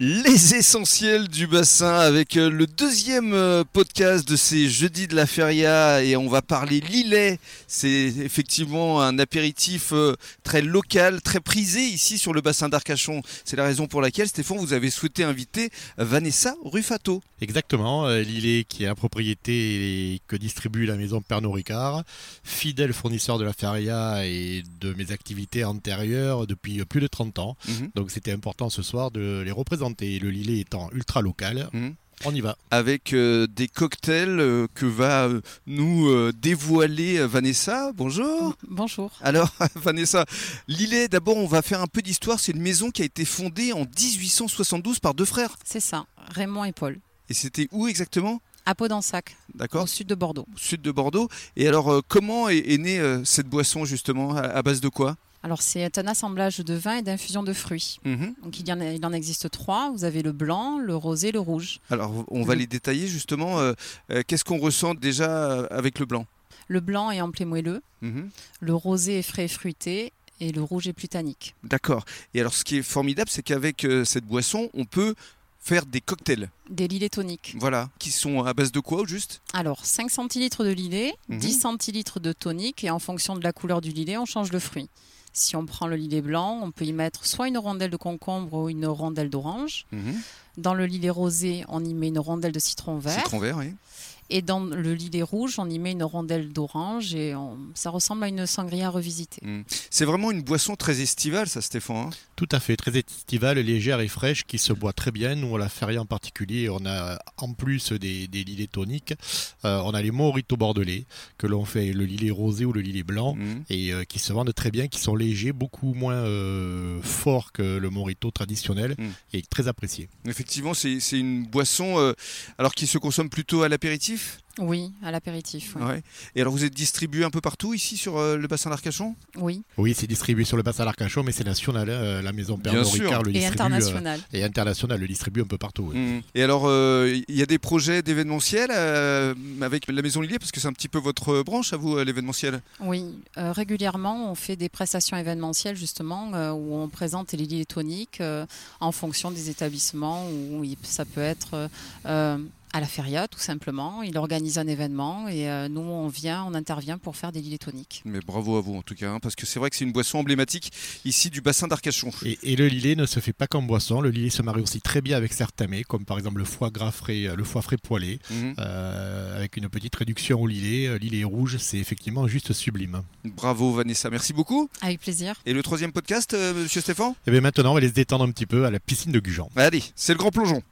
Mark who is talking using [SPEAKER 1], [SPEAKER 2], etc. [SPEAKER 1] Les essentiels du bassin avec euh, le deuxième euh, podcast de ces jeudis de la feria et on va parler Lillet. C'est effectivement un apéritif euh, très local, très prisé ici sur le bassin d'Arcachon. C'est la raison pour laquelle Stéphane vous avez souhaité inviter Vanessa Ruffato.
[SPEAKER 2] Exactement, euh, Lillet qui est la propriété et que distribue la maison Pernod Ricard, fidèle fournisseur de la feria et de mes activités antérieures depuis plus de 30 ans.
[SPEAKER 1] Mhm.
[SPEAKER 2] Donc c'était important ce soir de les représenter. Le Lillet étant ultra local,
[SPEAKER 1] Mhm.
[SPEAKER 2] on y va.
[SPEAKER 1] Avec euh, des cocktails euh, que va euh, nous euh, dévoiler euh, Vanessa. Bonjour.
[SPEAKER 3] Bonjour.
[SPEAKER 1] Alors, Vanessa, Lillet, d'abord, on va faire un peu d'histoire. C'est une maison qui a été fondée en 1872 par deux frères.
[SPEAKER 3] C'est ça, Raymond et Paul,
[SPEAKER 1] Et c'était où exactement
[SPEAKER 3] à Pau-d'Ensac, au
[SPEAKER 1] D'accord
[SPEAKER 3] sud de Bordeaux.
[SPEAKER 1] Au Sud de Bordeaux. Et alors, euh, comment est, est née euh, cette boisson, justement À, à base de quoi
[SPEAKER 3] Alors c'est un assemblage de vin et d'infusion de fruits.
[SPEAKER 1] Mhm.
[SPEAKER 3] Donc il, y en a- il en existe trois. Vous avez le blanc, le rosé, le rouge.
[SPEAKER 1] Alors, on va
[SPEAKER 3] Le-
[SPEAKER 1] les détailler, justement. Euh, euh, Qu'est-ce qu'on ressent déjà euh, avec le blanc
[SPEAKER 3] Le blanc est amplé moelleux,
[SPEAKER 1] Mhm.
[SPEAKER 3] le rosé est frais et fruité et le rouge est plus tannique.
[SPEAKER 1] D'accord. Et alors, ce qui est formidable, c'est qu'avec euh, cette boisson, on peut faire des cocktails.
[SPEAKER 3] Des lilets toniques.
[SPEAKER 1] Voilà. Qui sont à base de quoi, au juste
[SPEAKER 3] Alors 5 centilitres de lilet,
[SPEAKER 1] Mhm.
[SPEAKER 3] 10 centilitres de tonique et en fonction de la couleur du lilet, on change le fruit. Si on prend le lilet blanc, on peut y mettre soit une rondelle de concombre ou une rondelle d'orange. Dans le lilet rosé, on y met une rondelle de citron vert.
[SPEAKER 1] Citron vert, oui.
[SPEAKER 3] Et dans le lilet rouge, on y met une rondelle d'orange et on- ça ressemble à une sangria revisitée.
[SPEAKER 1] C'est vraiment une boisson très estivale, ça, Stéphane. hein
[SPEAKER 2] Tout à fait, très estivale, légère et fraîche, qui se boit très bien. Nous, on la feria en particulier, on a en plus des, des lilets toniques, euh, on a les moritos bordelais, que l'on fait le lilet rosé ou le lilet blanc.
[SPEAKER 1] Mhm.
[SPEAKER 2] et euh, qui se vendent très bien, qui sont légers, beaucoup moins euh, forts que le morito traditionnel
[SPEAKER 1] Mm.
[SPEAKER 2] et très apprécié.
[SPEAKER 1] Effectivement, c'est c'est une boisson euh, alors qui se consomme plutôt à l'apéritif.
[SPEAKER 3] Oui, à l'apéritif. Oui.
[SPEAKER 1] Ouais. Et alors vous êtes distribué un peu partout ici sur euh, le bassin d'Arcachon
[SPEAKER 3] Oui.
[SPEAKER 2] Oui, c'est distribué sur le bassin d'Arcachon, mais c'est national. hein, la maison
[SPEAKER 1] Bien
[SPEAKER 2] Pernod
[SPEAKER 1] sûr.
[SPEAKER 2] Ricard le
[SPEAKER 3] Et
[SPEAKER 2] distribue. euh,
[SPEAKER 3] international.
[SPEAKER 2] et international le distribue un peu partout. oui.
[SPEAKER 1] Mhm. Et alors euh, il y a des projets d'événementiel euh, avec la Maison Lillet parce que c'est un petit peu votre branche à vous euh, l'événementiel.
[SPEAKER 3] Oui. Euh, régulièrement, on fait des prestations événementielles justement euh, où on présente les lilets toniques euh, en fonction des établissements. Où il- ça peut être euh, euh, à la feria tout simplement. Il organise un événement et euh, nous, on vient, on intervient pour faire des lilets toniques.
[SPEAKER 1] Mais bravo à vous en tout cas hein, parce que c'est vrai que c'est une boisson emblématique ici du bassin d'Arcachon.
[SPEAKER 2] Et, et le lilet ne se fait pas qu'en boisson. Le lilet se marie aussi très bien avec certains mets, comme par exemple le foie gras frais, euh, le foie frais poêlé,
[SPEAKER 1] Mhm.
[SPEAKER 2] euh, avec une petite réduction au lilet. Euh, Lilet rouge, c'est effectivement juste sublime.
[SPEAKER 1] Bravo Vanessa, merci beaucoup.
[SPEAKER 3] Avec plaisir.
[SPEAKER 1] Et le troisième podcast, euh, Monsieur Stéphane
[SPEAKER 2] Eh Et bien maintenant, on va aller se détendre un petit peu à la piscine de Gujan.
[SPEAKER 1] Allez, c'est le grand plongeon.